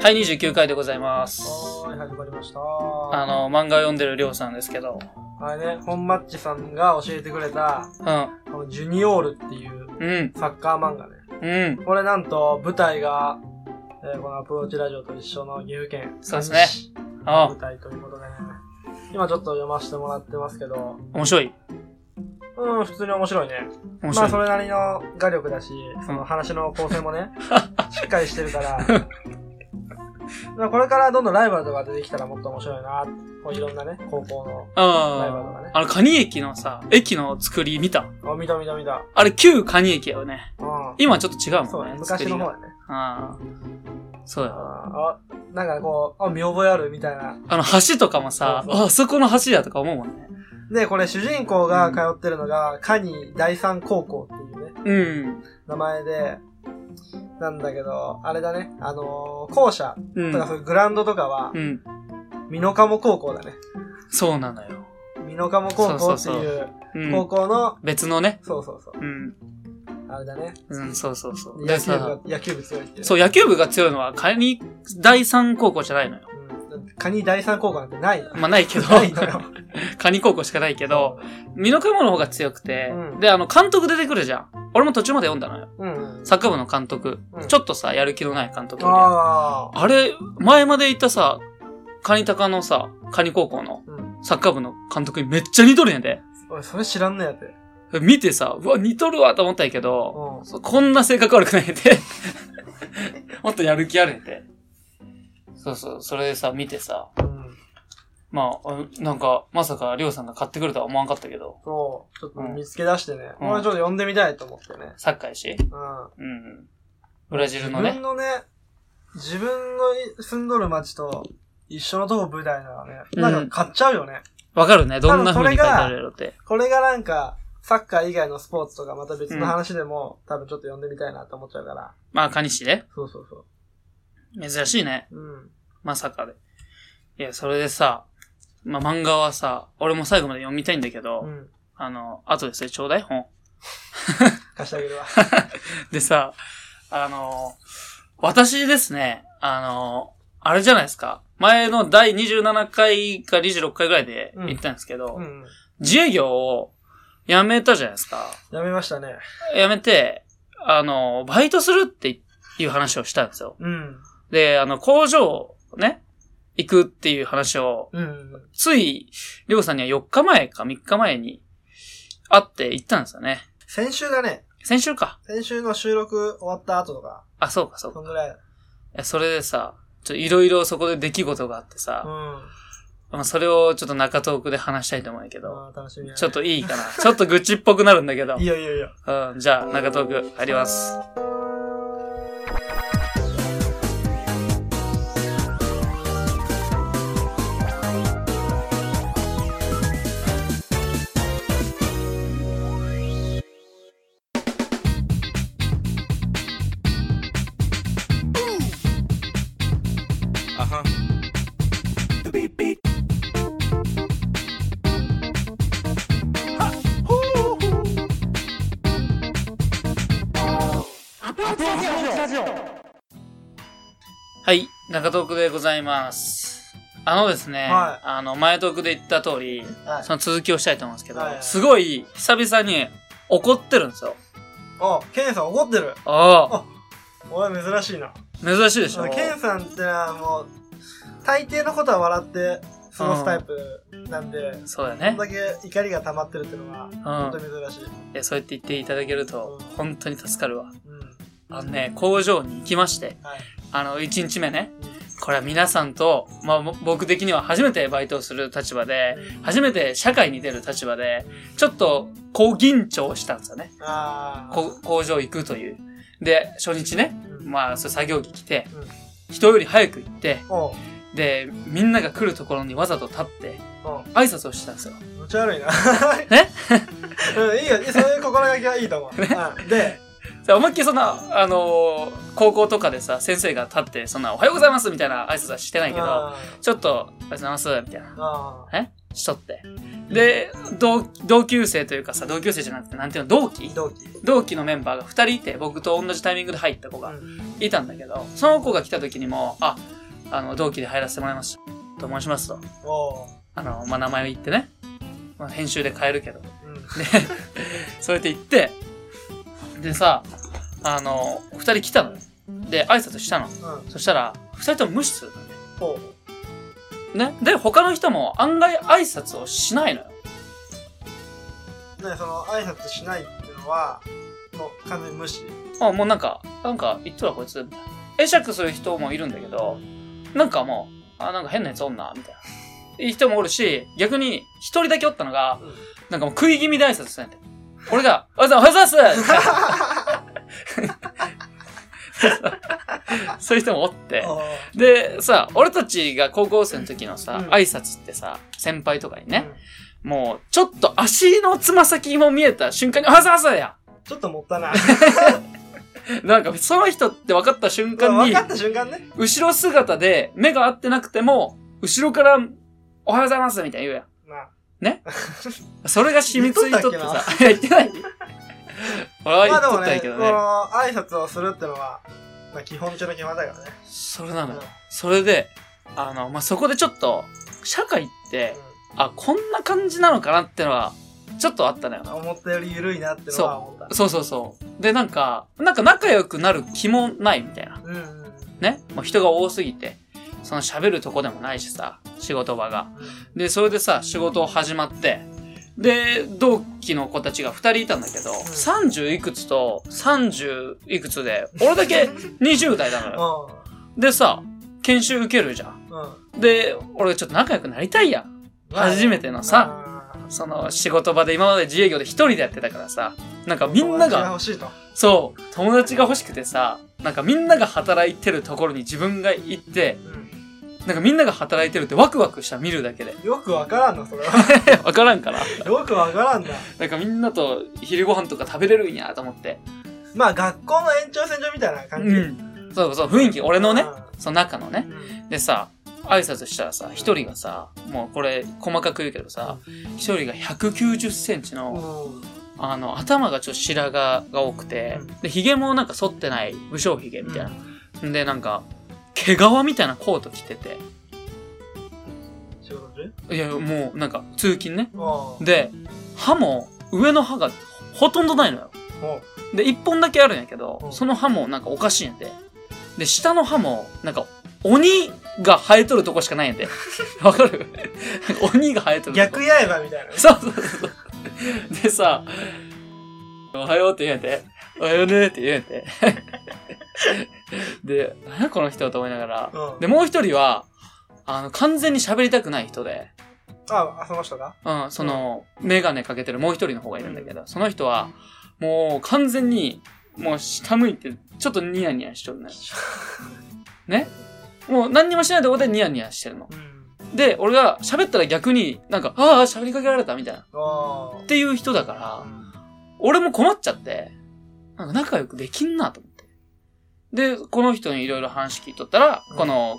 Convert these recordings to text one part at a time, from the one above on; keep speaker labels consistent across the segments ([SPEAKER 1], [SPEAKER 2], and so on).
[SPEAKER 1] はい、29回でございます。
[SPEAKER 2] はーい、始まりました。
[SPEAKER 1] あ
[SPEAKER 2] は
[SPEAKER 1] の、漫画を読んでるりょうさんですけど、
[SPEAKER 2] いね、本マッチさんが教えてくれた、
[SPEAKER 1] うん、
[SPEAKER 2] このジュニオールっていう
[SPEAKER 1] うん、
[SPEAKER 2] サッカー漫画ね。
[SPEAKER 1] うん、
[SPEAKER 2] これなんと、舞台が、えーこのアプローチラジオと一緒の岐阜県。
[SPEAKER 1] そうですね
[SPEAKER 2] ね。
[SPEAKER 1] ああ
[SPEAKER 2] 舞、台ということでね。今ちょっと読ませてもらってますけど、
[SPEAKER 1] 面白い、
[SPEAKER 2] うん、普通に面白いね。
[SPEAKER 1] 面
[SPEAKER 2] ま
[SPEAKER 1] 白
[SPEAKER 2] あ
[SPEAKER 1] い。
[SPEAKER 2] それなりの画力だし、その話の構成も ね、しっかりしてるから。まあこれからどんどんライバルとか出てきたらもっと面白いな。こういろんなね、高校の。ライバルとか
[SPEAKER 1] あ
[SPEAKER 2] ね
[SPEAKER 1] あ、あの、カニ駅のさ、駅の作り見た
[SPEAKER 2] あ、見た見た見た。
[SPEAKER 1] あれ、旧カニ駅やよね。
[SPEAKER 2] う。
[SPEAKER 1] 今ちょっと違うん
[SPEAKER 2] そ
[SPEAKER 1] も
[SPEAKER 2] うん
[SPEAKER 1] ね
[SPEAKER 2] ね、。昔の方
[SPEAKER 1] 方
[SPEAKER 2] だね。
[SPEAKER 1] ああ、そう
[SPEAKER 2] あ
[SPEAKER 1] よ。
[SPEAKER 2] あ、なんかこう、あ、見覚えあるみたいな。
[SPEAKER 1] あの、橋とかもさ、
[SPEAKER 2] そうそう
[SPEAKER 1] あ、あそこの橋やとか思うもんね。
[SPEAKER 2] で、これ主人公が通ってるのが、カニ第三高校っていうね、
[SPEAKER 1] うん、
[SPEAKER 2] 名前で、なんだけど、あれだね、あのー校舎
[SPEAKER 1] う
[SPEAKER 2] とか
[SPEAKER 1] ん、
[SPEAKER 2] そういうグラウンドとかは
[SPEAKER 1] う、ん、
[SPEAKER 2] 美濃鴨高校だね。
[SPEAKER 1] そうなのよ。
[SPEAKER 2] 美濃鴨高校って
[SPEAKER 1] そうそう
[SPEAKER 2] いう
[SPEAKER 1] う
[SPEAKER 2] 高
[SPEAKER 1] ん、
[SPEAKER 2] 校の、
[SPEAKER 1] 別のね。
[SPEAKER 2] そうそうそう、
[SPEAKER 1] うん、
[SPEAKER 2] あれだね。
[SPEAKER 1] うん、そうそうそう。
[SPEAKER 2] 野
[SPEAKER 1] で
[SPEAKER 2] 球部が
[SPEAKER 1] さ、、
[SPEAKER 2] 野球部強いっていうね。
[SPEAKER 1] そう、野球部が強いのは、カニ第三高校じゃないのよ。
[SPEAKER 2] うん。だってカニ第三高校なん てないの。
[SPEAKER 1] まあないけど、
[SPEAKER 2] ないのよ。
[SPEAKER 1] カニ高校しかないけど、ミノクモの方が強くて、
[SPEAKER 2] うん
[SPEAKER 1] で、あの、監督出てくるじゃん。俺も途中まで読んだのよ。
[SPEAKER 2] うん。
[SPEAKER 1] サッカー部の監督。
[SPEAKER 2] うん
[SPEAKER 1] ちょっとさ、やる気のない監督いるやん
[SPEAKER 2] ああ。
[SPEAKER 1] あれ、前まで行ったさ、カニ高のさ、カニ高校の
[SPEAKER 2] うん。
[SPEAKER 1] サッカー部の監督にめっちゃ似とるんやで。
[SPEAKER 2] 俺、それ知らんのやって。
[SPEAKER 1] 見てさ、うわ、似とるわと思ったんやけど、
[SPEAKER 2] うん。
[SPEAKER 1] そこんな性格悪くないんやで。 もっとやる気あるんやで。そうそう、それでさ、見てさ、
[SPEAKER 2] うん。
[SPEAKER 1] まあ、あなんか、まさか、りょうさんが買ってくるとは思わんかったけど、
[SPEAKER 2] そう。ちょっと見つけ出してね。
[SPEAKER 1] うん
[SPEAKER 2] 俺ちょっと読んでみたいと思ってね。
[SPEAKER 1] サッカーやし。
[SPEAKER 2] うん。
[SPEAKER 1] うん。ブラジル
[SPEAKER 2] 自
[SPEAKER 1] の
[SPEAKER 2] 分
[SPEAKER 1] ね。
[SPEAKER 2] のね、自分の住んどる町と一緒のとこ舞台ならね、
[SPEAKER 1] うん
[SPEAKER 2] なんか買っちゃうよね。
[SPEAKER 1] わかるね。どんな風に書いてあるやろって。
[SPEAKER 2] これがなんか、サッカー以外のスポーツとかまた別の話でも、多分ちょっと読んでみたいなと思っちゃうから。
[SPEAKER 1] まあ、カニシね。
[SPEAKER 2] そうそうそ
[SPEAKER 1] 珍しいね。
[SPEAKER 2] う。うん。
[SPEAKER 1] まさかで。いや、それでさ、まあ、漫画はさ、俺も最後まで読みたいんだけど、
[SPEAKER 2] うん。
[SPEAKER 1] あの、後でそれちょうだい、本。
[SPEAKER 2] 貸してあげるわ。
[SPEAKER 1] でさ、あの、私ですね、あの、あれじゃないですか。前の第27回か26回ぐらいで言ったんですけど、
[SPEAKER 2] うん。
[SPEAKER 1] 自営業を辞めたじゃないですか。
[SPEAKER 2] やめましたね。
[SPEAKER 1] 辞めて、あの、バイトするっていう話をしたんですよ。
[SPEAKER 2] うん。
[SPEAKER 1] で、あの、工場ね、行くっていう話を、
[SPEAKER 2] うん。
[SPEAKER 1] つい、りょうさんには4日前か3日前に会って行ったんですよね。
[SPEAKER 2] 先週だね。
[SPEAKER 1] 先週か。
[SPEAKER 2] 先週の収録終わった後とか、
[SPEAKER 1] あ、そうかそうか。
[SPEAKER 2] そんぐらい。
[SPEAKER 1] いやそれでさ、ちょいろいろそこで出来事があって
[SPEAKER 2] う
[SPEAKER 1] さ、
[SPEAKER 2] ん。
[SPEAKER 1] まあ、それをちょっと中トークで話したいと思うんやけど、
[SPEAKER 2] あー楽しみやね
[SPEAKER 1] ちょっといいかな。ちょっと愚痴っぽくなるんだけど
[SPEAKER 2] いい。よいいよいいよ。
[SPEAKER 1] うん、じゃあ中トーク入ります。
[SPEAKER 3] Uh-huh.
[SPEAKER 1] はい、中トークでございます。あのですね、
[SPEAKER 2] はい
[SPEAKER 1] あの、前トークで言った通り、
[SPEAKER 2] はい。
[SPEAKER 1] その続きをしたいと思うんですけど、
[SPEAKER 2] はい
[SPEAKER 1] すごい久々に怒ってるんですよ。
[SPEAKER 2] お、ケンさん怒ってる。
[SPEAKER 1] ああ、
[SPEAKER 2] 俺珍しいな。
[SPEAKER 1] 珍しいでしょ。
[SPEAKER 2] ケンさんってのはもう、大抵のことは笑って過ごすタイプなんで、
[SPEAKER 1] そうだ
[SPEAKER 2] こん
[SPEAKER 1] ね。
[SPEAKER 2] だけ怒りが溜まってるってのは
[SPEAKER 1] う、ん。
[SPEAKER 2] 本当に珍しい。
[SPEAKER 1] いやそうやって言っていただけると、
[SPEAKER 2] うん
[SPEAKER 1] 本当に助かるわ。
[SPEAKER 2] うん。
[SPEAKER 1] あのね、工場に行きまして、
[SPEAKER 2] はい。
[SPEAKER 1] あの、1日目ね、これは皆さんと、まあ、ぼ僕的には初めてバイトをする立場で、初めて社会に出る立場で、ちょっと、こう緊張したんですよね。
[SPEAKER 2] ああ。
[SPEAKER 1] こ工場行くという。で、初日ね、
[SPEAKER 2] うん
[SPEAKER 1] まあ、そう作業着着て
[SPEAKER 2] うん、
[SPEAKER 1] 人より早く行って、
[SPEAKER 2] おう
[SPEAKER 1] で、みんなが来るところにわざと立って、
[SPEAKER 2] おう
[SPEAKER 1] 挨拶をしてたんですよ。
[SPEAKER 2] 気持ち悪いな。
[SPEAKER 1] ね
[SPEAKER 2] うん、いいよ。そういう心がけはいいと 思う。うんで、
[SPEAKER 1] で思いっきりそんな、あのー高校とかでさ、先生が立って、そんな、おはようございますみたいな挨拶はしてないけど、
[SPEAKER 2] あ
[SPEAKER 1] ちょっと、おはようございますみたいな。
[SPEAKER 2] ーあ
[SPEAKER 1] えしとって。で、同、同級生というかさ、同級生じゃなくて、なんていうの、同期
[SPEAKER 2] 同期。
[SPEAKER 1] 同期のメンバーが2人いて、僕と同じタイミングで入った子が
[SPEAKER 2] うん
[SPEAKER 1] いたんだけど、その子が来た時にも、あ、あの、同期で入らせてもらいました。と申しますと。
[SPEAKER 2] おー
[SPEAKER 1] あの、まあ、名前を言ってね。まあ、編集で 変えるけど。
[SPEAKER 2] うん。
[SPEAKER 1] で、そうやって行って、でさ、あの、二人来たのよ。で、挨拶したの。
[SPEAKER 2] うん。
[SPEAKER 1] そしたら、二人とも無視するの
[SPEAKER 2] ほう。
[SPEAKER 1] ね。ね。で、他の人も案外挨拶をしないのよ。
[SPEAKER 2] ねその挨拶しないっていうのはもう完全に無視
[SPEAKER 1] あ、もうなんか、なんか、言っとらこいつ、みたいな。会釈する人もいるんだけど、なんかもう、あ、なんか変なやつおんな、みたいな。いい人もおるし、逆に、一人だけおったのが、なんかもう食い気味で挨拶したんやて。俺が、おはようございますおはようございます そういう人もおって。で、さ、俺たちが高校生の時のさ、
[SPEAKER 2] うん
[SPEAKER 1] 挨拶ってさ、先輩とかにね、もう、ちょっと足のつま先も見えた瞬間に、あはざはざや
[SPEAKER 2] うんちょっともったいない
[SPEAKER 1] なんか、その人って分かった瞬間
[SPEAKER 2] 分
[SPEAKER 1] に
[SPEAKER 2] か、った瞬間ね
[SPEAKER 1] 後ろ姿で目が合ってなくても、後ろから、おはようございますみたいな言うや
[SPEAKER 2] まあ
[SPEAKER 1] ん。それが染みついとってさ、 いや、言ってない。俺は言っ
[SPEAKER 2] まあで
[SPEAKER 1] と
[SPEAKER 2] も
[SPEAKER 1] ったん
[SPEAKER 2] ね
[SPEAKER 1] やけど
[SPEAKER 2] こ
[SPEAKER 1] ね。
[SPEAKER 2] の挨拶をするってのは、まあ、基本中の基本だからね
[SPEAKER 1] それな
[SPEAKER 2] うん
[SPEAKER 1] のよ。それで、あの、まあ、そこでちょっと、社会って、あ、こんな感じなのかなってのは、ちょっとあったのよ
[SPEAKER 2] うん。思ったより緩いなってのは思った
[SPEAKER 1] そうそうそう。で、なんか、なんか仲良くなる気もないみたいな。
[SPEAKER 2] うんうんうん
[SPEAKER 1] ね。もう人が多すぎて、その喋るとこでもないしさ、仕事場が。で、それでさ、仕事始まって、で、同期の子たちが二人いたんだけど、30いくつと30いくつ で、俺だけ20代なのよ。でさ、研修受けるじゃん。
[SPEAKER 2] うんうん
[SPEAKER 1] で、俺ちょっと仲良くなりたいやん。初めてのさ、
[SPEAKER 2] あー
[SPEAKER 1] その仕事場で今まで自営業で一人でやってたからさ、なんかみんな
[SPEAKER 2] 友達
[SPEAKER 1] が、
[SPEAKER 2] 欲しいと
[SPEAKER 1] そう、友達が欲しくてさ、なんかみんなが働いてるところに自分が行って、
[SPEAKER 2] うん
[SPEAKER 1] なんかみんなが働いてるってワクワクした見るだけで。
[SPEAKER 2] よくわからんなそれ は
[SPEAKER 1] わからんから。
[SPEAKER 2] よくわからんな
[SPEAKER 1] なんかみんなと昼ご飯とか食べれるんやと思って。
[SPEAKER 2] まあ学校の延長線上みたいな
[SPEAKER 1] う
[SPEAKER 2] 感じ、
[SPEAKER 1] ん。そうそう、雰囲気、俺のね、
[SPEAKER 2] う
[SPEAKER 1] その中のね
[SPEAKER 2] ん。
[SPEAKER 1] でさ、挨拶したらさ、一人がさ、もうこれ細かく言うけどさ、一人が190センチの、
[SPEAKER 2] うん
[SPEAKER 1] あの、頭がちょっと白髪が多くて
[SPEAKER 2] うん、
[SPEAKER 1] で、髭もなんか剃ってない、武将髭みたいな。で、なんか、毛皮みたいなコート着てて、
[SPEAKER 2] 仕事中
[SPEAKER 1] いや、もうなんか、通勤ね。
[SPEAKER 2] うん
[SPEAKER 1] で、歯も、上の歯がほとんどないのよ。
[SPEAKER 2] うん
[SPEAKER 1] で、一本だけあるんやけ
[SPEAKER 2] う
[SPEAKER 1] ど、
[SPEAKER 2] ん
[SPEAKER 1] その歯もなんかおかしいんやて。で、下の歯も、なんか、鬼が生えとるとこしかないんや て。わかるなんか鬼が生えとるとこ。
[SPEAKER 2] 逆刃みたいなね
[SPEAKER 1] そうそうそうそう。でさ、おはようって言うんやて。おはようねって言うんやて。で、何やこの人と思いながら。
[SPEAKER 2] うん
[SPEAKER 1] で、もう一人は、あの、完全に喋りたくない人で、
[SPEAKER 2] あ、あその人が
[SPEAKER 1] うん、その、メガネかけてるもう一人の方がいるんだけど、その人は、もう完全に、もう下向いて、ちょっとニヤニヤしとるね。ねもう何にもしないところでニヤニヤしてるの。
[SPEAKER 2] うん。
[SPEAKER 1] で、俺が喋ったら逆になんか、ああ、喋りかけられたみたいな。
[SPEAKER 2] あ
[SPEAKER 1] っていう人だか
[SPEAKER 2] あ
[SPEAKER 1] ら、。俺も困っちゃって、なんか仲良くできんなと思って。で、この人にいろいろ話聞いとったら、
[SPEAKER 2] うん
[SPEAKER 1] この、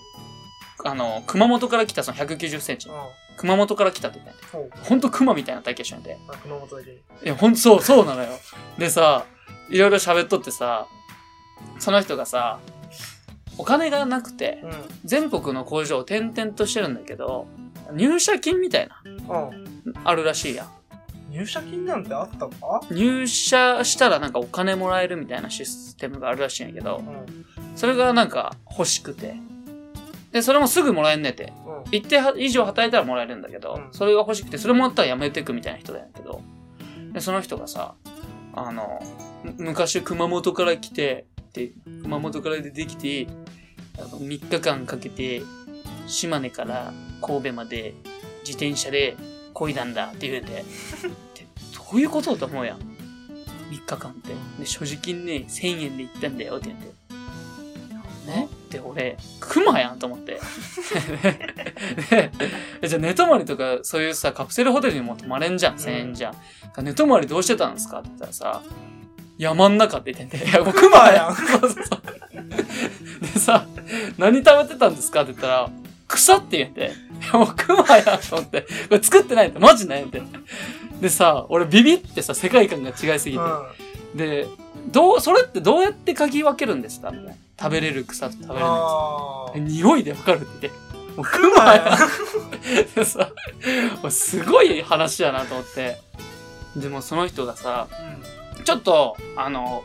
[SPEAKER 1] あの、熊本から来たその190センチ
[SPEAKER 2] うん。。
[SPEAKER 1] 熊本から来たって言ったん
[SPEAKER 2] そう。
[SPEAKER 1] やほんと熊みたいな体型してんで。
[SPEAKER 2] あ熊本だけ。
[SPEAKER 1] いや、ほんとそう、そうなのよ。でさ、いろいろ喋っとってさ、その人がさ、お金がなくて、
[SPEAKER 2] うん。
[SPEAKER 1] 全国の工場を転々としてるんだけど、入社金みたいな、
[SPEAKER 2] うん。
[SPEAKER 1] あるらしいやん。
[SPEAKER 2] 入社金なんてあったか
[SPEAKER 1] 入社したらなんかお金もらえるみたいなシステムがあるらしいんやけど
[SPEAKER 2] う、ん。うん。
[SPEAKER 1] それがなんか欲しくて。で、それもすぐもらえんねて。一定以上働いたらもらえるんだけど、
[SPEAKER 2] うん
[SPEAKER 1] それが欲しくて、それもらったらやめてくみたいな人だんやけど、で、その人がさ、あの、む昔熊本から来て、で、熊本から出てきて、あの3日間かけて、島根から神戸まで自転車で漕いだんだって言うんで、でどういうことと思うやん。3日間って。で、所持金ね、1000円で行ったんだよって言って。ねで、俺、クマやんと思 って。ででじゃあ寝泊まりとか、そういうさ、カプセルホテルにも泊まれんじゃん、1000円じゃん。だから寝泊まりどうしてたんですかって言ったらさ、山ん中って言ってんて。いや、もう クマやん。そうそうそう。でさ、何食べてたんですかって言ったら、草って言って、いやもうクマやと思って、これ作ってないって、マジないって。でさ、俺ビビってさ、世界観が違いすぎて。で、どう、それってどうやって嗅ぎ分けるんですかみたいな。食べれる草と食べれない草。
[SPEAKER 2] あー
[SPEAKER 1] 匂いでわかるって。もうクマやでさ、もうすごい話やなと思って。でもその人がさ、ちょっと、あの、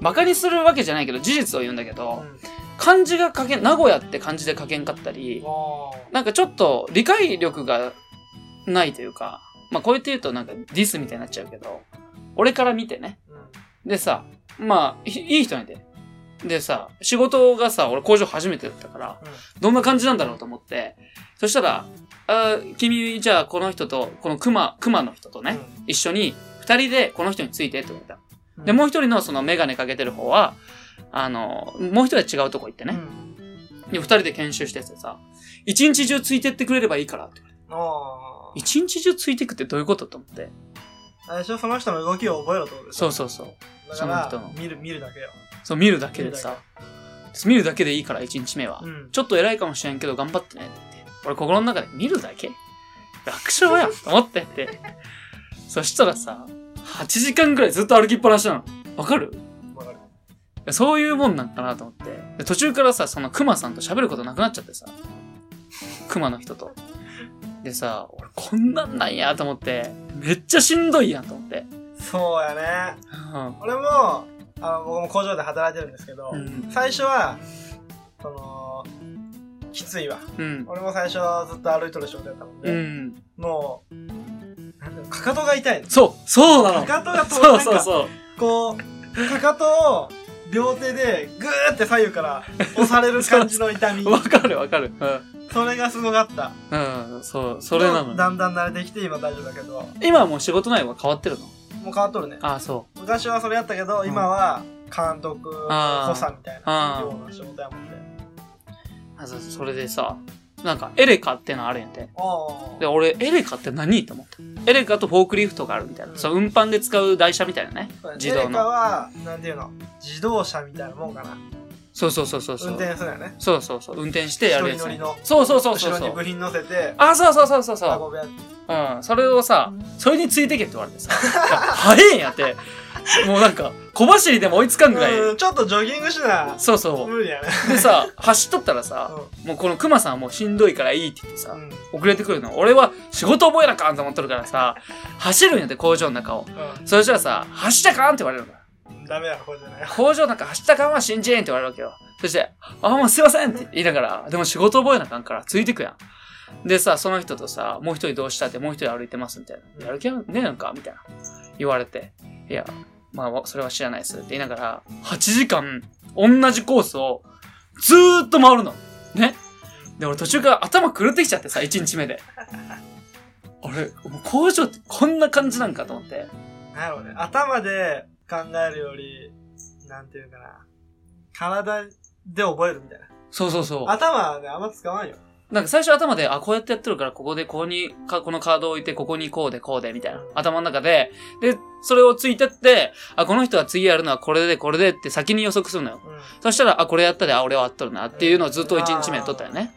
[SPEAKER 1] 馬鹿にするわけじゃないけど、事実を言うんだけ
[SPEAKER 2] うん
[SPEAKER 1] ど
[SPEAKER 2] う、ん
[SPEAKER 1] 漢字が書けん、名古屋って漢字で書けんかったり、
[SPEAKER 2] あ
[SPEAKER 1] なんかちょっと理解力がないというか、まあこうやって言うとなんかディスみたいになっちゃうけど、俺から見てね、
[SPEAKER 2] ーう
[SPEAKER 1] でさ、まあ、ひいい人なんで。でさ、仕事がさ、俺工場初めてだったから、
[SPEAKER 2] うん
[SPEAKER 1] どんな感じなんだろうと思って、そしたら、あー君、じゃあこの人と、この熊、熊の人とね、
[SPEAKER 2] ん
[SPEAKER 1] 一緒に、二人でこの人についてって言われた。
[SPEAKER 2] うん
[SPEAKER 1] で、もう一人のそのメガネかけてる方は、あの、もう一人は違うとこ行って
[SPEAKER 2] う
[SPEAKER 1] ね。
[SPEAKER 2] ん
[SPEAKER 1] で、二人で研修しててさ、一日中ついてってくれればいいからって。
[SPEAKER 2] あー
[SPEAKER 1] 一日中ついてくってどういうことと思って。
[SPEAKER 2] あれでしょその人の動きを覚えろってことでし
[SPEAKER 1] そ
[SPEAKER 2] ょ
[SPEAKER 1] うそうそう。
[SPEAKER 2] だから
[SPEAKER 1] その人の
[SPEAKER 2] 見る見るだけよ
[SPEAKER 1] そう、見るだけでさ、見るだけでいいから、一日目は。
[SPEAKER 2] うん
[SPEAKER 1] ちょっと偉いかもしれんけど頑張ってねって。俺心の中で見るだけ楽勝やと思ってって。そしたらさ、8時間くらいずっと歩きっぱなしなの。わかる
[SPEAKER 2] わかる
[SPEAKER 1] そういうもんなんかなと思って。で途中からさ、そのクマさんと喋ることなくなっちゃってさ。クマの人と。でさ、俺こんなんなんやと思って、めっちゃしんどいやんと思って。
[SPEAKER 2] そうやね俺もあの僕も工場で働いてるんですけど、
[SPEAKER 1] うん
[SPEAKER 2] 最初はそのきついわ
[SPEAKER 1] うん。うん。
[SPEAKER 2] 俺も最初ずっと歩いとる仕事やったもん
[SPEAKER 1] う
[SPEAKER 2] で、
[SPEAKER 1] ん。
[SPEAKER 2] もうなんだろうかかとが痛いの
[SPEAKER 1] そう、そうなの
[SPEAKER 2] かかとがと
[SPEAKER 1] そう
[SPEAKER 2] な
[SPEAKER 1] そ
[SPEAKER 2] ん
[SPEAKER 1] う
[SPEAKER 2] か
[SPEAKER 1] そう。
[SPEAKER 2] こうかかとを両手でグーって左右から押される感じの痛み
[SPEAKER 1] わかるわかる。
[SPEAKER 2] それがすごかった
[SPEAKER 1] うん。うん、そう、それなのよ。
[SPEAKER 2] だんだん慣れてきて今大丈夫だけども
[SPEAKER 1] 今はもう仕事内容が変わってるの
[SPEAKER 2] う変わっとるね
[SPEAKER 1] ああ、そう。
[SPEAKER 2] 昔はそれやったけど今は監督
[SPEAKER 1] あー
[SPEAKER 2] 補佐みたいな
[SPEAKER 1] あー
[SPEAKER 2] ような仕事やもんで
[SPEAKER 1] あそうそうそれでさ、なんか、エレカってのあるんやて。
[SPEAKER 2] お
[SPEAKER 1] で、俺、エレカって何と思った。エレカとフォークリフトがあるみたいな。
[SPEAKER 2] うん
[SPEAKER 1] そう、運搬で使う台車みたいなね。自
[SPEAKER 2] エ
[SPEAKER 1] 動
[SPEAKER 2] レカ
[SPEAKER 1] の。
[SPEAKER 2] はなんていうの自動車みたいなもんかな
[SPEAKER 1] そうそうそうそう。そ
[SPEAKER 2] 運
[SPEAKER 1] う
[SPEAKER 2] 転するよね
[SPEAKER 1] そうそうそう。運転してやるやつ
[SPEAKER 2] 一人乗り
[SPEAKER 1] ね
[SPEAKER 2] の。
[SPEAKER 1] そうそうそうそ
[SPEAKER 2] 後
[SPEAKER 1] う
[SPEAKER 2] ろ
[SPEAKER 1] そ
[SPEAKER 2] に部
[SPEAKER 1] う。
[SPEAKER 2] 品乗せて
[SPEAKER 1] あ、そうそうそうそうそう。
[SPEAKER 2] 運べ
[SPEAKER 1] うん、それをさ、それについてけって言われてさ、 いや早えんやって。もうなんか、小走りでも追いつかんぐらい。
[SPEAKER 2] うんちょっとジョギングしな
[SPEAKER 1] そうそ
[SPEAKER 2] 無理やね
[SPEAKER 1] う。でさ、走っとったらさ、
[SPEAKER 2] う
[SPEAKER 1] もうこのクマさんはもうしんどいからいいって言ってさ、
[SPEAKER 2] んうん
[SPEAKER 1] 遅れてくるの。俺は仕事覚えなあかんと思っとるからさ、走るんやって工場の中を。そしたらさ、走ったかんって言われるの。
[SPEAKER 2] うんダメだこれじゃない
[SPEAKER 1] 工場なんか走ったかんは新人って言われるわけよ。そして、あ、もうすいませんって言いながら、でも仕事覚えなあかんからついてくやん。でさ、その人とさ、もう一人どうしたって、もう一人歩いてますみたいな。やる気はねえのかみたいな。言われて。いや、まあ、それは知らないですって言いながら、8時間、同じコースをずーっと回るの。ね。で、俺途中から頭狂ってきちゃってさ、1日目で。あれ、もう工場ってこんな感じなんかと思って。
[SPEAKER 2] なんやろうね頭で考えるよりなんていうかな体で覚えるみたいな
[SPEAKER 1] そうそうそう。
[SPEAKER 2] 頭はねあんま使わんよ
[SPEAKER 1] なんか最初頭で、あ、こうやってやってるから、ここで、ここに、か、このカードを置いて、ここにこうで、こうで、みたいな。頭の中で、で、それをついてって、あ、この人は次やるのはこれで、これでって先に予測するのよ。
[SPEAKER 2] うん
[SPEAKER 1] そしたら、あ、これやったで、あ、俺は合っとるな、っていうのをずっと1日目やっとったよね。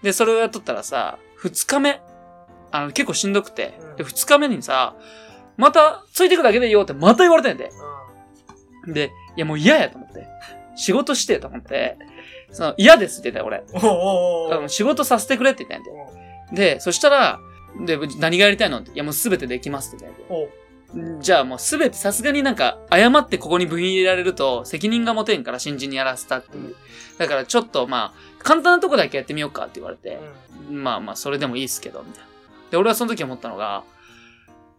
[SPEAKER 1] で、それをやっとったらさ、2日目、あの、結構しんどくて、で、2日目にさ、また、ついてくだけでいいよって、また言われてんで。で、いや、もう嫌やと思って。仕事してと思って、その、嫌ですって言ったよ、
[SPEAKER 2] うんおうおうおう
[SPEAKER 1] 俺。あの仕事させてくれって言ったんで。
[SPEAKER 2] お
[SPEAKER 1] で、そしたら、で、何がやりたいのっていや、もうすべてできますって言われて
[SPEAKER 2] うおう
[SPEAKER 1] じゃあもうすべて、さすがになんか、誤ってここに部品入れられると、責任が持てんから新人にやらせたっていう。だからちょっとまあ、簡単なとこだけやってみようかって言われて、まあまあ、それでもいいっすけど、みたいな。で、俺はその時思ったのが、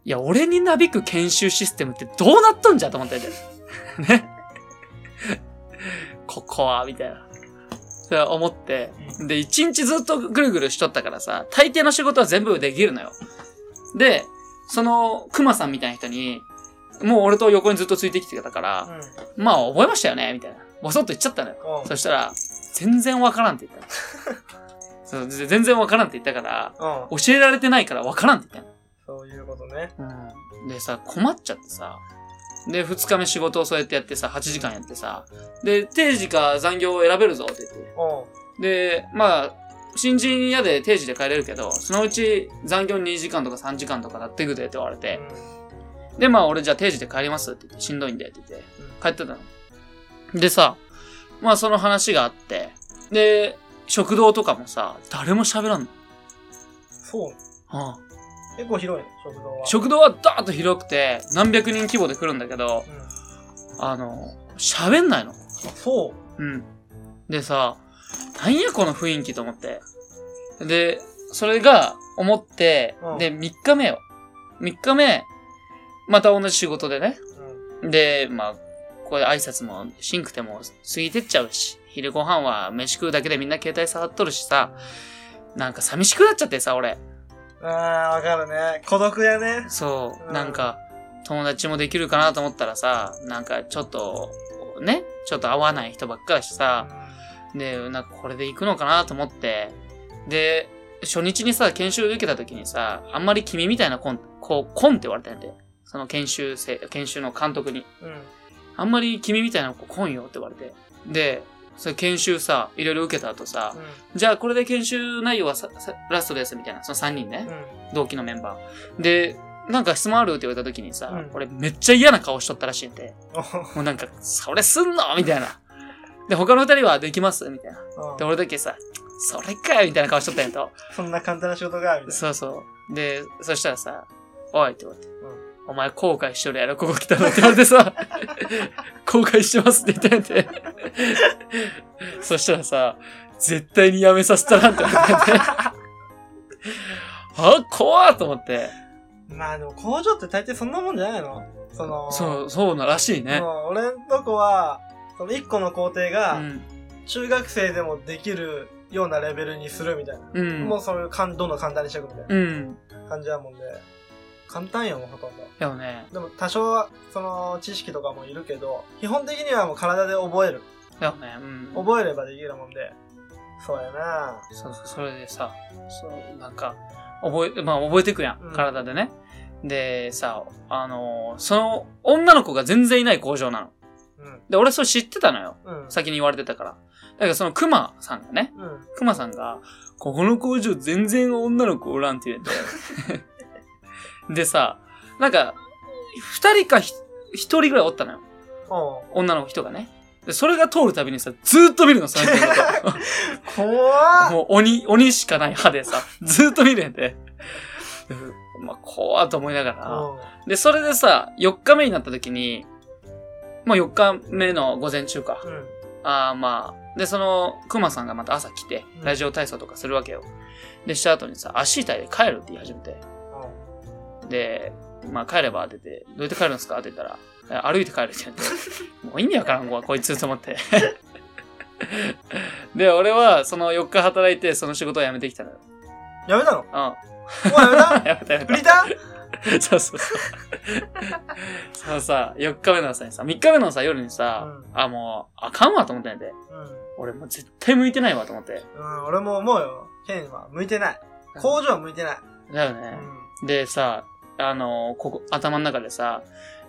[SPEAKER 1] いや、俺になびく研修システムってどうなっとんじゃと思ってて。 ね。ここは、みたいな。それは思って。で、一日ずっとぐるぐるしとったからさ、大抵の仕事は全部できるのよ。で、その、熊さんみたいな人に、もう俺と横にずっとついてきてたから、
[SPEAKER 2] うん
[SPEAKER 1] まあ、覚えましたよねみたいな。ボソッと言っちゃったのよ。
[SPEAKER 2] お う
[SPEAKER 1] そしたら、全然わからんって言ったのそうぜ全然わからんって言ったから、
[SPEAKER 2] うん
[SPEAKER 1] 教えられてないからわからんって言っ
[SPEAKER 2] そういうことね
[SPEAKER 1] たの。でさ、困っちゃってさ、で、二日目仕事をそうやってやってさ、8時間やってさ、で、定時か残業を選べるぞって言って。
[SPEAKER 2] おう
[SPEAKER 1] で、まあ、新人嫌で定時で帰れるけど、そのうち残業2時間とか3時間とかなってくでって言われて、で、まあ俺じゃあ定時で帰りますって言って、しんどいんでって言って、帰ってたの。でさ、まあその話があって、で、食堂とかもさ、誰も喋らんの。
[SPEAKER 2] そう。
[SPEAKER 1] ああ
[SPEAKER 2] 結構広いね、食堂は。
[SPEAKER 1] 食堂はダーッと広くて、何百人規模で来るんだけど、
[SPEAKER 2] うん。あ
[SPEAKER 1] あの、喋んないの。
[SPEAKER 2] そう。
[SPEAKER 1] うん。でさ、なんやこの雰囲気と思って。で、それが思って、
[SPEAKER 2] うん
[SPEAKER 1] で、3日目よ。3日目、また同じ仕事でね。
[SPEAKER 2] うん。
[SPEAKER 1] で、まあ、これ挨拶もしんくても過ぎてっちゃうし、昼ご飯は飯食うだけでみんな携帯触っとるしさ、なんか寂しくなっちゃってさ、俺。
[SPEAKER 2] あー、わかるね。孤独やね。
[SPEAKER 1] そうう、
[SPEAKER 2] ん
[SPEAKER 1] なんか、友達もできるかなと思ったらさ、なんかちょっと、ね、ちょっと合わない人ばっかだしさ、で、なんかこれで行くのかなと思って、で、初日にさ、研修受けた時にさ、あんまり君みたいなコン、こう、コンって言われたんで、その研修生、研修の監督に、
[SPEAKER 2] うん。
[SPEAKER 1] あんまり君みたいな子コンよって言われて、で、それ研修さ、いろいろ受けた後さ、じゃあこれで研修内容はささラストですみたいな、その3人ね、
[SPEAKER 2] うん。うん。
[SPEAKER 1] 同期のメンバー。で、なんか質問あるって言われた時にさ、
[SPEAKER 2] うん
[SPEAKER 1] 俺めっちゃ嫌な顔しとったらしいんで、
[SPEAKER 2] おほほ
[SPEAKER 1] もうなんか、それすんのみたいな。で、他の二人はできますみたいな。
[SPEAKER 2] うん
[SPEAKER 1] で、俺だけさ、それかよみたいな顔しとったんやと。
[SPEAKER 2] そんな簡単な仕事が、みたい
[SPEAKER 1] そうそう。で、そしたらさ、おいって言われて、
[SPEAKER 2] う
[SPEAKER 1] お前後悔しとるやろ、ここ来たのって言われて さ、後悔してますって言ったんやて。そしたらさ、絶対にやめさせたらんって言われて。 あ、怖っと思って。
[SPEAKER 2] な。まあでも工場って大抵そんなもんじゃないのその、
[SPEAKER 1] そう、そうならしいね。
[SPEAKER 2] もう俺んとこは、その一個の工程
[SPEAKER 1] う
[SPEAKER 2] が、
[SPEAKER 1] ん。
[SPEAKER 2] 中学生でもできるようなレベルにするみたいな。
[SPEAKER 1] うん
[SPEAKER 2] も。うそれをかんどんどん簡単にしていくみたい
[SPEAKER 1] うん。
[SPEAKER 2] な感じやもんで、簡単よ、もうほとんど。
[SPEAKER 1] でもね、
[SPEAKER 2] でも多少は、その、知識とかもいるけど、基本的にはもう体で覚える。
[SPEAKER 1] でもね、うん。
[SPEAKER 2] 覚えればできるもんで。そうやな
[SPEAKER 1] そうそう、それでさ、そう、なんか、覚え、まあ覚えてくや
[SPEAKER 2] う
[SPEAKER 1] ん、
[SPEAKER 2] ん
[SPEAKER 1] 体でね。で、さ、あのーその、女の子が全然いない工場なの。
[SPEAKER 2] うん。
[SPEAKER 1] で、俺それ知ってたのよ。
[SPEAKER 2] うん。
[SPEAKER 1] 先に言われてたから。だからその熊さんがね、
[SPEAKER 2] うん。
[SPEAKER 1] 熊さんが、ここの工場全然女の子おらんって言 って。でさ、なんか、二人かひ一人ぐらいおったのよ。
[SPEAKER 2] おう
[SPEAKER 1] 女の人がね。で、それが通るたびにさ、ずーっと見るの、その人のこと。
[SPEAKER 2] 怖っ
[SPEAKER 1] もう鬼、鬼しかない歯で さ、ずーっと見れて。うんまあ、怖っと思いながら。
[SPEAKER 2] うん
[SPEAKER 1] で、それでさ、4日目になった時に、まあ4日目の午前中か。
[SPEAKER 2] うん。
[SPEAKER 1] ああまあ。で、その、熊さんがまた朝来て
[SPEAKER 2] う、ん
[SPEAKER 1] ラジオ体操とかするわけよ。で、した後にさ、足痛いで帰るって言い始めて。で、まあ帰ればって言って、どうやって帰るんですかって言ったら、え歩いて帰るって言って、 もう意味わからんわ、こいつと思って。 で、俺はその4日働いて、その仕事を辞めてきたのよ。
[SPEAKER 2] やめたのも
[SPEAKER 1] うん。
[SPEAKER 2] う やめた
[SPEAKER 1] やめたやめ
[SPEAKER 2] 売りた
[SPEAKER 1] た。そうそうそう。そのさ、4日目の朝にさ、3日目のさ、夜にさ、
[SPEAKER 2] う
[SPEAKER 1] あ、もう、あかんわと思ったんやで。
[SPEAKER 2] うん。
[SPEAKER 1] 俺もう絶対向いてないわと思って。
[SPEAKER 2] うん、俺も思うよ。ケンは向いてない。工場は向いてない。
[SPEAKER 1] だよ
[SPEAKER 2] う
[SPEAKER 1] ね。
[SPEAKER 2] ん。
[SPEAKER 1] でさ、あの、ここ、頭の中でさ、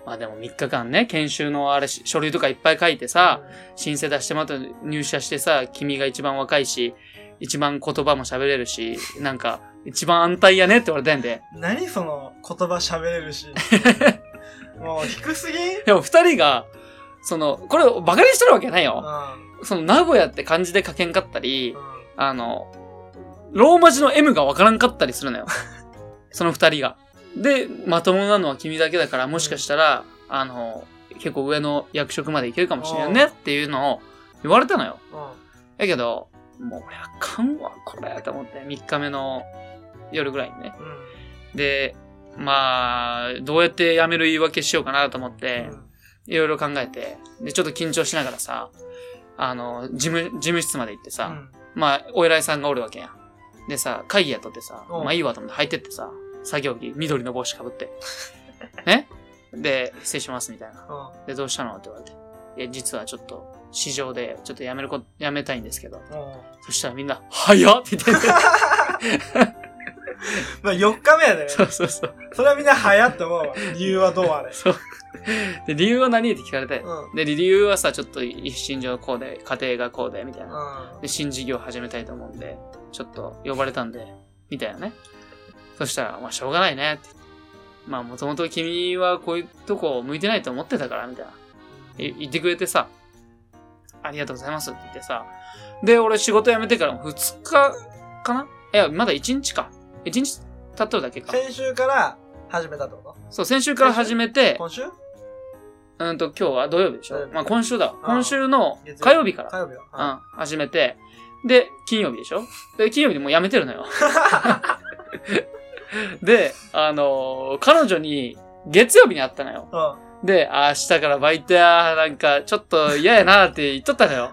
[SPEAKER 1] まあでも3日間ね、研修のあれ、し書類とかいっぱい書いてさ、申請出してまた入社してさ、君が一番若いし、一番言葉も喋れるし、なんか、一番安泰やねって言われたんで。
[SPEAKER 2] うん、何その言葉喋 れるし。もう低すぎん
[SPEAKER 1] でも二人が、その、これをバカにしてるわけないよ。
[SPEAKER 2] う
[SPEAKER 1] その、名古屋って漢字で書けんかったり、
[SPEAKER 2] ん。うん。
[SPEAKER 1] あの、ローマ字の M がわからんかったりするのよ。 その二人が。で、まともなのは君だけだから、もしかしたら、あの、結構上の役職までいけるかもしれないねっていうのを言われたのよ。
[SPEAKER 2] うん。
[SPEAKER 1] だけど、もう俺あかんわ、これ、と思って、3日目の夜ぐらいにね。
[SPEAKER 2] うん。
[SPEAKER 1] で、まあ、どうやって辞める言い訳しようかなと思って、いろいろ考えて、で、ちょっと緊張しながらさ、あの、事務、事務室まで行ってさ、まあ、お偉いさんがおるわけやん。でさ、会議やっとってさ、
[SPEAKER 2] うん
[SPEAKER 1] まあいいわと思って入ってってさ、作業着、緑の帽子かぶ って。ねで、失礼しますみたいな。
[SPEAKER 2] うん。
[SPEAKER 1] で、どうしたのって言われて。いや、実はちょっと、市場で、ちょっと辞めること、辞めたいんですけど。
[SPEAKER 2] うん。うん。
[SPEAKER 1] そしたらみんな、早っって言って。
[SPEAKER 2] まあ4日目やで、ね。
[SPEAKER 1] そうそうそう。
[SPEAKER 2] それはみんな早って思うわ。理由はどう あれ。
[SPEAKER 1] そう。で、理由は何って聞かれて
[SPEAKER 2] う。ん。うん。
[SPEAKER 1] で、理由はさ、ちょっと一心上こうで、家庭がこうで、みたいな。で、新事業始めたいと思うんで、ちょっと呼ばれたんで、みたいなね。そしたら、まあ、しょうがないねって。まあ、もともと君はこういうとこ向いてないと思ってたから、みたいな。い言ってくれてさ、ありがとうございますって言ってさ。で、俺仕事辞めてからも2日かないや、まだ1日か。1日経っただけか。
[SPEAKER 2] 先週から始めたってこと
[SPEAKER 1] そう、先週から始めて、
[SPEAKER 2] 今週
[SPEAKER 1] うんと、今日は土曜日でし
[SPEAKER 2] 土曜
[SPEAKER 1] ょ
[SPEAKER 2] 日
[SPEAKER 1] まあ今週だ
[SPEAKER 2] ん。
[SPEAKER 1] 今週の
[SPEAKER 2] 月曜
[SPEAKER 1] 火曜日から
[SPEAKER 2] 火。曜日よ。
[SPEAKER 1] う
[SPEAKER 2] うん
[SPEAKER 1] ん、始めて、で、金曜日でしょで、金曜日でもう辞めてるのよ。で、あのー彼女に、月曜日に会ったのよ。
[SPEAKER 2] うん。
[SPEAKER 1] で、あー、明日からバイトや、なんか、ちょっと嫌やなって言っとったの よ。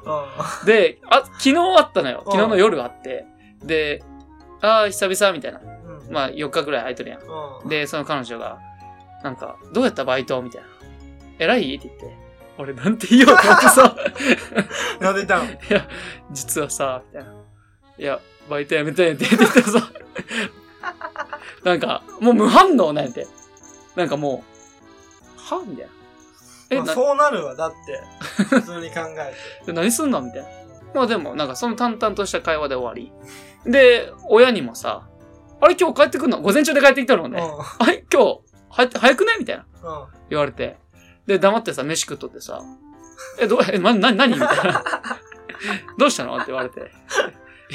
[SPEAKER 2] う
[SPEAKER 1] で、あ、昨日会ったのよ。昨日の夜会って。で、あー、久々みたいな。
[SPEAKER 2] ん。うん。
[SPEAKER 1] まあ、4日ぐらい空いてるやん。
[SPEAKER 2] うん。
[SPEAKER 1] で、その彼女が、なんか、どうやったバイトみたいな。偉いって言って。俺、なんて言おうと思ってさ。
[SPEAKER 2] なんでいたの
[SPEAKER 1] いや、実はさ、みたいな。いや、バイト辞めたんやてって言った らさ、なんか、もう無反応なんやて。なんかもう、はみたいな。え、
[SPEAKER 2] まあ
[SPEAKER 1] な
[SPEAKER 2] そうなるわ、だって。普通に考え
[SPEAKER 1] 何すんのみたいな。まあでも、なんかその淡々とした会話で終わり。で、親にもさ、あれ今日帰ってくんの午前中で帰ってきたの
[SPEAKER 2] て。
[SPEAKER 1] ね。あれ今日、は早くねみたいな。
[SPEAKER 2] うん。うん。
[SPEAKER 1] 言われて。で、黙ってさ、飯食っとってさ、え、どう、え、な、な、何 みたいな。どうしたのって言われて。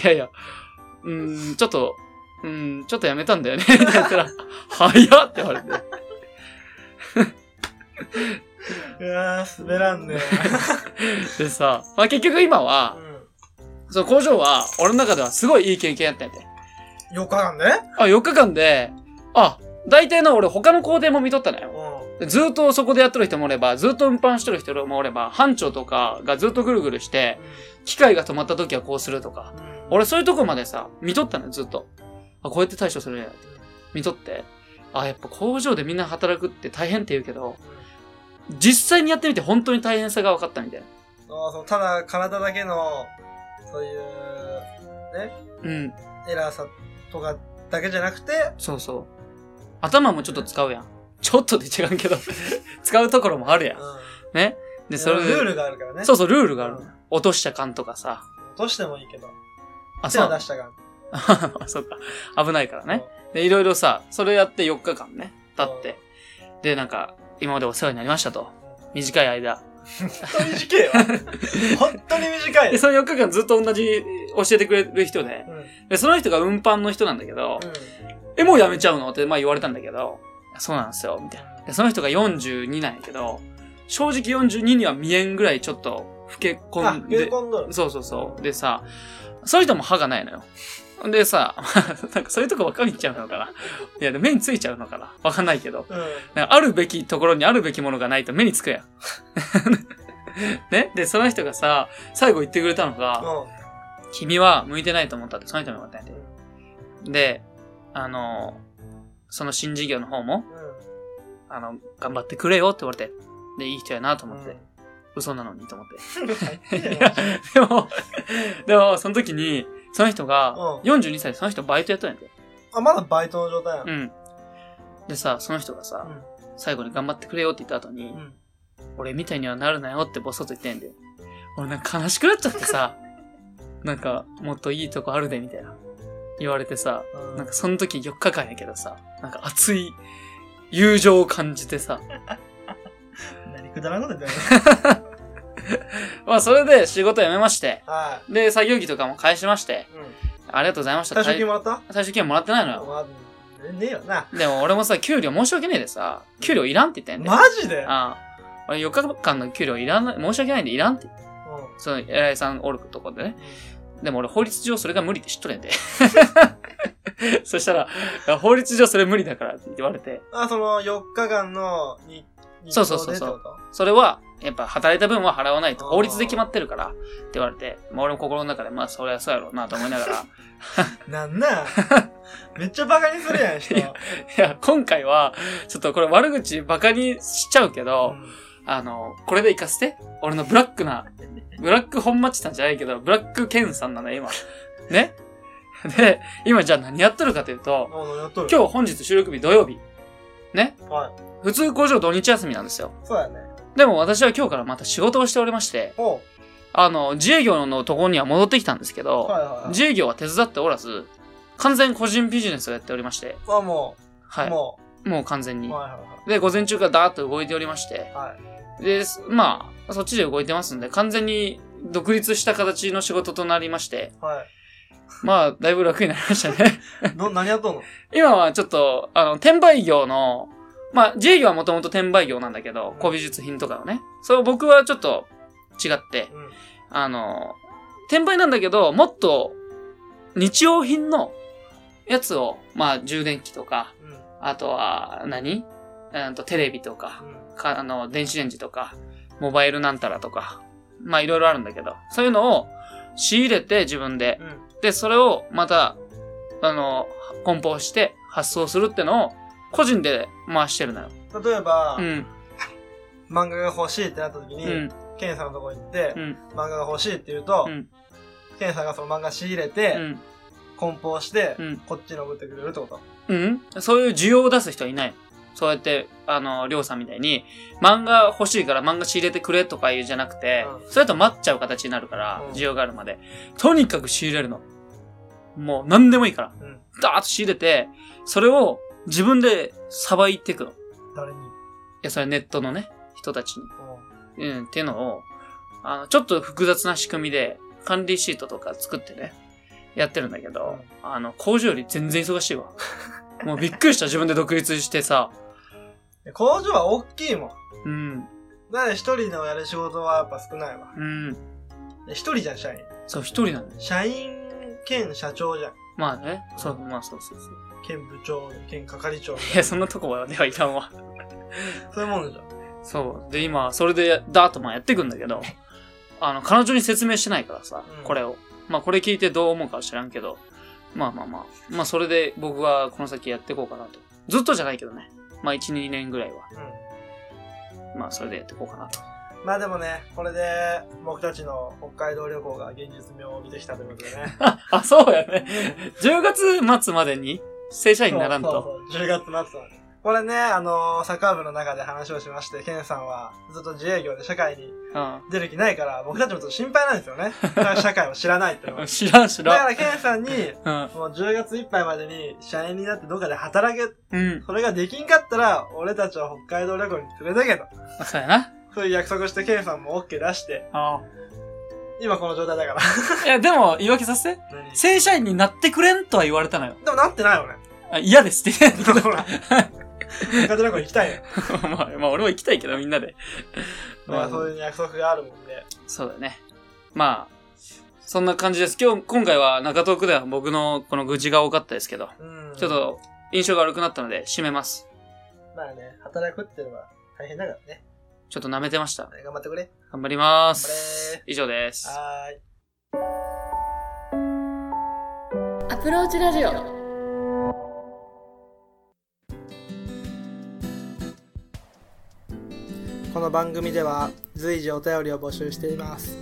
[SPEAKER 1] いやいや、うーん、ちょっと、うーん、ちょっとやめたんだよね。 みたいな言ったら、早っって言われて。
[SPEAKER 2] うわー、滑らんね。
[SPEAKER 1] でさ、まあ結局今は、
[SPEAKER 2] う
[SPEAKER 1] その工場は、俺の中ではすごいいい経験やったんやて。
[SPEAKER 2] ん。よかんね。
[SPEAKER 1] あ、4日間で、あ、大体の俺他の工程も見とったのよ。
[SPEAKER 2] う
[SPEAKER 1] ずっとそこでやっとる人もおれば、ずっと運搬しとる人もおれば、班長とかがずっとぐるぐるして、機械が止まった時はこうするとか、
[SPEAKER 2] ん。
[SPEAKER 1] 俺そういうとこまでさ、見とったのよ、ずっと。あ、こうやって対処するんやって。見とって。あ、やっぱ工場でみんな働くって大変って言うけど、実際にやってみて本当に大変さが分かったみたいな。
[SPEAKER 2] そうそう、ただ体だけの、そういう、
[SPEAKER 1] うん、
[SPEAKER 2] エラーさとかだけじゃなくて、
[SPEAKER 1] そうそう。頭もちょっと使うやん。ちょっとで違うけど、 使うところもあるや。
[SPEAKER 2] うんん。
[SPEAKER 1] ね。で、それ
[SPEAKER 2] ルー
[SPEAKER 1] で、
[SPEAKER 2] ルがあるからね。。
[SPEAKER 1] そううそう、ルールがあるの
[SPEAKER 2] う
[SPEAKER 1] よ。落とした感とかさ。
[SPEAKER 2] 落としてもいいけど。
[SPEAKER 1] あ、
[SPEAKER 2] 手
[SPEAKER 1] そう
[SPEAKER 2] は
[SPEAKER 1] なの
[SPEAKER 2] 出。したが
[SPEAKER 1] そっか。危ないからね。。で、いろいろさ、それやって4日間ね、経って。で、なんか、今までお世話になりましたと。短い間、
[SPEAKER 2] 本当に短い わ。本当に短い
[SPEAKER 1] で、。その4日間ずっと同じ教えてくれる人で
[SPEAKER 2] う、ん。うん。
[SPEAKER 1] で、その人が運搬の人なんだけど、え、もう辞めちゃうのってまあ言われたんだけど、そうなんですよ、みたいな。で、その人が42なんやけど、正直42には見えんぐらいちょっと老け
[SPEAKER 2] あ
[SPEAKER 1] 込ん、
[SPEAKER 2] 牛
[SPEAKER 1] で、
[SPEAKER 2] コンドル。
[SPEAKER 1] そうそうそう。でさ、その人も歯がないのよ。でさ、 なんかそういうとこ分かりちゃうのかないや、で目についちゃうのかなわかんないけど。
[SPEAKER 2] うん。
[SPEAKER 1] なんかあるべきところにあるべきものがないと目につくやん。 ねで、その人がさ、最後言ってくれたのが、
[SPEAKER 2] う
[SPEAKER 1] 君は向いてないと思ったって、その人も言われたんやで。で、あの、その新事業の方も、
[SPEAKER 2] ん。うん。
[SPEAKER 1] あの、頑張ってくれよって言われて、で、いい人やなと思って、
[SPEAKER 2] うん
[SPEAKER 1] 嘘なのにと思って。 いや
[SPEAKER 2] う
[SPEAKER 1] でも、でも、その時に、その人が、
[SPEAKER 2] う
[SPEAKER 1] 42歳でその人バイトやったんやで。
[SPEAKER 2] ん。あ、まだバイトの状態やん。
[SPEAKER 1] うん。でさ、その人がさ、
[SPEAKER 2] うん
[SPEAKER 1] 最後に頑張ってくれよって言った後に、
[SPEAKER 2] うん。
[SPEAKER 1] 俺みたいにはなるなよってボソッと言ってんだよ。俺なんか悲しくなっちゃって さ、なんか、もっといいとこあるで、みたいな。言われてさ、
[SPEAKER 2] うん
[SPEAKER 1] なんかその時4日間やけどさ、なんか熱い友情を感じてさ。
[SPEAKER 2] 何くだらんこと言ってんの
[SPEAKER 1] まあそれで仕事辞めまして、
[SPEAKER 2] は
[SPEAKER 1] で、作業着とかも返しまして、
[SPEAKER 2] い。うん。
[SPEAKER 1] ありがとうございました。
[SPEAKER 2] 退職金もらった
[SPEAKER 1] 退職金はもらってないのよ。
[SPEAKER 2] まあ、ねえよな。
[SPEAKER 1] でも俺もさ、給料申し訳ねえでさ、給料いらんって言ってんだよ。
[SPEAKER 2] マジで
[SPEAKER 1] ああ俺4日間の給料いらない、申し訳ないんでいらんって。
[SPEAKER 2] う
[SPEAKER 1] その偉いさんおるとこでね。でも俺法律上それが無理って知っとるんで。 そしたら、法律上それ無理だからって言われて、
[SPEAKER 2] ん。あ、その、4日間の日、日
[SPEAKER 1] そうそうそうそう
[SPEAKER 2] でってこと
[SPEAKER 1] それは、やっぱ働いた分は払わないと
[SPEAKER 2] あー
[SPEAKER 1] 法律で決まってるからって言われて、まあ俺も心の中で、まあそりゃそうやろうなと思いなが ら、い
[SPEAKER 2] な んなんめっちゃバカにするやん、人。
[SPEAKER 1] いやや、今回は、ちょっとこれ悪口バカにしちゃうけど、あの、これで行かせて。俺のブラックな、ブラック本町さんじゃないけど、ブラックケンさんなのよ今。ねで、今じゃあ何やっとるかというと、
[SPEAKER 2] あ何やっとる
[SPEAKER 1] 今日本日収録日土曜日。
[SPEAKER 2] はい。
[SPEAKER 1] 普通工場土日休みなんですよ。
[SPEAKER 2] そうだよね。
[SPEAKER 1] でも私は今日からまた仕事をしておりまして、
[SPEAKER 2] おう
[SPEAKER 1] あの、自営業のところには戻ってきたんですけど、
[SPEAKER 2] はいはいはい。
[SPEAKER 1] 自営業は手伝っておらず、完全個人ビジネスをやっておりまして、
[SPEAKER 2] あ、もう、
[SPEAKER 1] はい。も
[SPEAKER 2] も
[SPEAKER 1] う完全
[SPEAKER 2] う、
[SPEAKER 1] に。
[SPEAKER 2] はいは
[SPEAKER 1] で、午前中からダーッと動いておりまして、
[SPEAKER 2] いはい。はい。
[SPEAKER 1] で、すまあ、そっちで動いてますんで、完全に独立した形の仕事となりま して、
[SPEAKER 2] は
[SPEAKER 1] まあ、だいぶ楽になりましたね。
[SPEAKER 2] い。ど、何やっとんの
[SPEAKER 1] 今はちょっと、あの、転売業の、まあ、自営業はもともと転売業なんだけど、古美術品とかをね。そう、僕はちょっと違って、
[SPEAKER 2] うん。
[SPEAKER 1] あの、転売なんだけど、もっと日用品のやつを、まあ、充電器とか、
[SPEAKER 2] うん。
[SPEAKER 1] あとは何、うんと、テレビとか、
[SPEAKER 2] うん。
[SPEAKER 1] か、あの、電子レンジとか、モバイルなんたらとか、まあ、いろいろあるんだけど、そういうのを仕入れて自分で、
[SPEAKER 2] うん。
[SPEAKER 1] で、それをまた、あの、梱包して発送するってのを個人で回してるのよ。
[SPEAKER 2] 例えば、
[SPEAKER 1] うん、
[SPEAKER 2] 漫画が欲しいってなった時
[SPEAKER 1] う
[SPEAKER 2] に、
[SPEAKER 1] ん、
[SPEAKER 2] ケンさんのとこ行って、
[SPEAKER 1] うん、
[SPEAKER 2] 漫画が欲しいって言うと、
[SPEAKER 1] うん、
[SPEAKER 2] ケンさんがその漫画仕入れて、
[SPEAKER 1] うん、
[SPEAKER 2] 梱包して、
[SPEAKER 1] うん
[SPEAKER 2] こっちに送ってくれるってこと
[SPEAKER 1] うん。そういう需要を出す人はいない。そうやって、あの、りょうさんみたいに、漫画欲しいから漫画仕入れてくれとか言うじゃなくて、
[SPEAKER 2] うん
[SPEAKER 1] それだと待っちゃう形になるから
[SPEAKER 2] うん、
[SPEAKER 1] 需要があるまで。とにかく仕入れるの。もう何でもいいから。
[SPEAKER 2] うん。
[SPEAKER 1] ダーッと仕入れて、それを自分でさばいていくの。い
[SPEAKER 2] 誰にうん。
[SPEAKER 1] や、それネットのね、人たちに。うん、っていうのを、あの、ちょっと複雑な仕組みで、管理シートとか作ってね、やってるんだけど、あの、工場より全然忙しいわ。もうびっくりした、自分で独立してさ。
[SPEAKER 2] で工場は大きいも
[SPEAKER 1] う
[SPEAKER 2] ん。
[SPEAKER 1] ん、
[SPEAKER 2] だから一人のやる仕事はやっぱ少ないわ。
[SPEAKER 1] うん。
[SPEAKER 2] で一人じゃん、社員。
[SPEAKER 1] そう、一人なんだよ。
[SPEAKER 2] 社員兼社長じゃん。
[SPEAKER 1] まあね、そう、まあそうそうそう。
[SPEAKER 2] 兼部長兼係長。
[SPEAKER 1] いや、そんなとこはではいらんわ。
[SPEAKER 2] そういうもんじゃん。
[SPEAKER 1] そう。で、今、それで、ダーッとまあやっていくんだけど、あの、彼女に説明してないからさ、
[SPEAKER 2] うん
[SPEAKER 1] これを。まあ、これ聞いてどう思うかは知らんけど、まあまあまあ、まあ、それで僕はこの先やっていこうかなと。ずっとじゃないけどね。まあ、1、2年ぐらいは。まあ、それでやっていこうかなと。
[SPEAKER 2] うん。まあでもね、これで僕たちの北海道旅行が現実味を帯びてきたということでね。
[SPEAKER 1] あ、そうやね。10月末までに、正社員に ならんと。
[SPEAKER 2] そうそうそう10月末まで。これね、あのーサッカー部の中で話をしまして、ケンさんはずっと自営業で社会に出る気ないから、僕たちもちょっと心配なんですよね。だから社会を知らないっていうの
[SPEAKER 1] う
[SPEAKER 2] は
[SPEAKER 1] ん。。知らん、知
[SPEAKER 2] だから
[SPEAKER 1] ん。
[SPEAKER 2] らケンさんに、
[SPEAKER 1] うん。
[SPEAKER 2] もう10月いっぱいまでに社員になってどっかで働け、
[SPEAKER 1] うん。
[SPEAKER 2] それができんかったら、俺たちは北海道旅行に連れてけと。
[SPEAKER 1] そうやな。
[SPEAKER 2] そういう約束してケンさんも OK 出して、
[SPEAKER 1] ああ。
[SPEAKER 2] 今この状態だから。
[SPEAKER 1] いや、でも、言い訳させて。
[SPEAKER 2] 何
[SPEAKER 1] 正社員になってくれんとは言われたのよ。
[SPEAKER 2] でもなってない よね。
[SPEAKER 1] あ嫌ですって言って
[SPEAKER 2] ほら。北海道旅行行きたいよ。
[SPEAKER 1] まあ、まあ、俺も行きたいけど、みんなで。
[SPEAKER 2] まあそういう約束があるもんで。
[SPEAKER 1] そうだね。まあ、そんな感じです。今日、今回は中東区では僕のこの愚痴が多かったですけど、
[SPEAKER 2] うん。
[SPEAKER 1] ちょっ。と印象が悪くなったので締めます。
[SPEAKER 2] まあね、働くっていうのは大変だからね。
[SPEAKER 1] ちょっと舐めてました。
[SPEAKER 2] 頑張ってくれ。
[SPEAKER 1] 頑張りま
[SPEAKER 2] 頑張
[SPEAKER 1] す
[SPEAKER 2] れ。
[SPEAKER 1] 以上です。
[SPEAKER 2] はーい。
[SPEAKER 4] アプローチラジオ
[SPEAKER 2] この番組では随時お便りを募集しています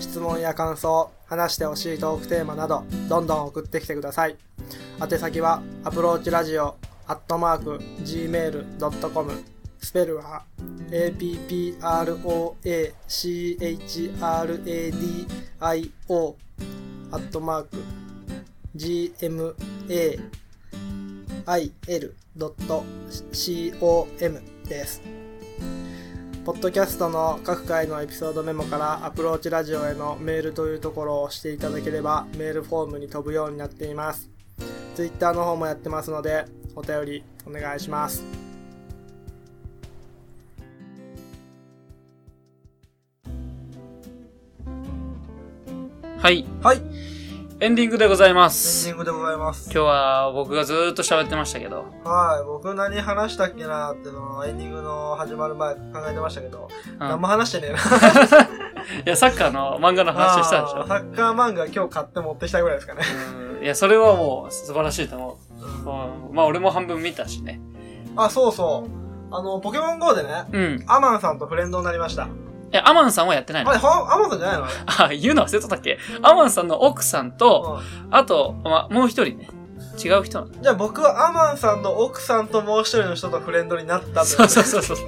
[SPEAKER 2] 質問や感想話してほしいトークテーマなどどんどん送ってきてください宛先はアプローチラジオアットマーク gmail.com スペルは approachradio アットマーク gmail.com ですポッドキャストの各回のエピソードメモからアプローチラジオへのメールというところを押していただければメールフォームに飛ぶようになっています。ツイッターの方もやってますのでお便りお願いします。
[SPEAKER 1] はい。
[SPEAKER 2] はい。エ
[SPEAKER 1] エ
[SPEAKER 2] ン
[SPEAKER 1] ンディングでございます。
[SPEAKER 2] ングでございます。
[SPEAKER 1] 今日は僕がずーっと喋ってましたけど、
[SPEAKER 2] はい。僕何話したっけなってのをエンディングの始まる前考えてましたけど、
[SPEAKER 1] うん
[SPEAKER 2] 何も話してねえな。
[SPEAKER 1] いや、サッカーの漫画の話したでし
[SPEAKER 2] あーサッカー漫画今日買って持ってきたぐらいですかね。
[SPEAKER 1] ょ。うんいや、それはもう素晴らしいと思う。うんまあ、俺も半分見たしね。
[SPEAKER 2] あ、そうそう。あの、ポケモン GO でね、
[SPEAKER 1] うん。
[SPEAKER 2] アマンさんとフレンドになりました。
[SPEAKER 1] え、アマンさんはやってないの
[SPEAKER 2] あれ、はアマゾンじゃないの
[SPEAKER 1] あ、言うの忘れとったっけアマンさんの奥さんと、
[SPEAKER 2] あれ
[SPEAKER 1] あと、まあ、もう一人ね。違う人なの。
[SPEAKER 2] じゃあ僕はアマンさんの奥さんともう一人の人とフレンドになったって
[SPEAKER 1] そうそうそうそう。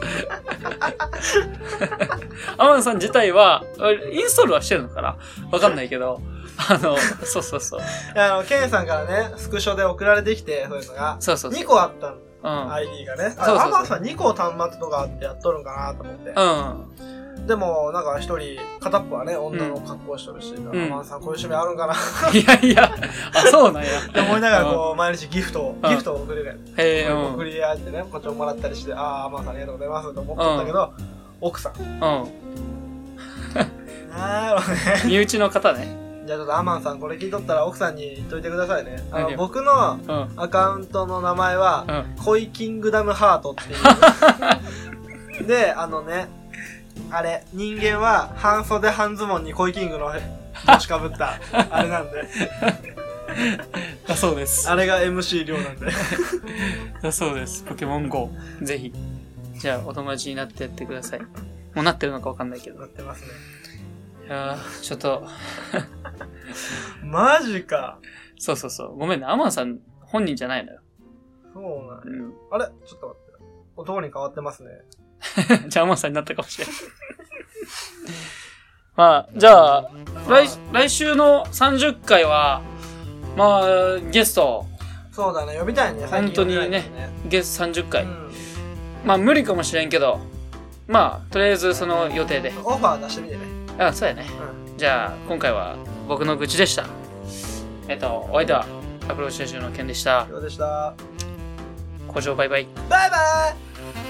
[SPEAKER 1] アマンさん自体は、インストールはしてるのかなわかんないけど。あの、そうそうそう。
[SPEAKER 2] いやあの、ケンさんからね、スクショで送られてきて、そういうのが。
[SPEAKER 1] そうそうそう。
[SPEAKER 2] 2個あったの、
[SPEAKER 1] うん。
[SPEAKER 2] ID がね。
[SPEAKER 1] そうそうそう
[SPEAKER 2] あアマンさん2個端末とかあってやっとるんかなと思って。
[SPEAKER 1] うん。
[SPEAKER 2] でも、なんか一人、片っぽはね、女の格好してるし、
[SPEAKER 1] ん
[SPEAKER 2] アマンさんこういう趣味あるんか なっ
[SPEAKER 1] いやいや、あ、そうなんや。
[SPEAKER 2] て思いながら、こう、毎日ギフトを、
[SPEAKER 1] うん
[SPEAKER 2] ギフトを送れるやん
[SPEAKER 1] う。へえ、う
[SPEAKER 2] 送
[SPEAKER 1] ん。
[SPEAKER 2] り合ってね、こっちをもらったりして、ああ、アマンさんありがとうございますと思ってたけど、奥さん。
[SPEAKER 1] う
[SPEAKER 2] あー
[SPEAKER 1] ん。
[SPEAKER 2] ね。
[SPEAKER 1] 身内の方ね。
[SPEAKER 2] じゃあちょっとアマンさんこれ聞いとったら奥さんに言っといてくださいね。あ
[SPEAKER 1] 何
[SPEAKER 2] の、
[SPEAKER 1] を
[SPEAKER 2] 僕の
[SPEAKER 1] うん。うん。
[SPEAKER 2] アカウントの名前は、
[SPEAKER 1] あ
[SPEAKER 2] 恋キングダムハートって いう。で、あのね、あれ、人間は半袖半ズボンに恋キングの帽子かぶった、あれなんで、
[SPEAKER 1] そうです。
[SPEAKER 2] あれが MC 量なんで。
[SPEAKER 1] だそうです。ポケモン GO。ぜひ。じゃあ、お友達になってやってください。もうなってるのかわかんないけど。
[SPEAKER 2] なってますね。
[SPEAKER 1] いやー、ちょっと、
[SPEAKER 2] マジか。
[SPEAKER 1] そうそうそう。ごめんね。アマンさん本人じゃないのよ。
[SPEAKER 2] そうなんや
[SPEAKER 1] う
[SPEAKER 2] あれちょっと待って。男に変わってますね。
[SPEAKER 1] ん。 じゃあ、アマンさんになったかもしれない。 まあ、じゃあ、来、来週の30回は、まあ、ゲスト、
[SPEAKER 2] そうだね、呼びたいね、最近呼びた
[SPEAKER 1] 本
[SPEAKER 2] い
[SPEAKER 1] 当にゲスト30回
[SPEAKER 2] う。ん
[SPEAKER 1] まあ無理かもしれんけど、まあとりあえずその予定で。
[SPEAKER 2] オファー出してみてね。
[SPEAKER 1] あ、そうやね。じゃあ今回は僕の愚痴でした。えっと、お相手はアプローチ練習の件でした
[SPEAKER 2] うん。。どうでした
[SPEAKER 1] ご視聴バイバイ。
[SPEAKER 2] バイバイ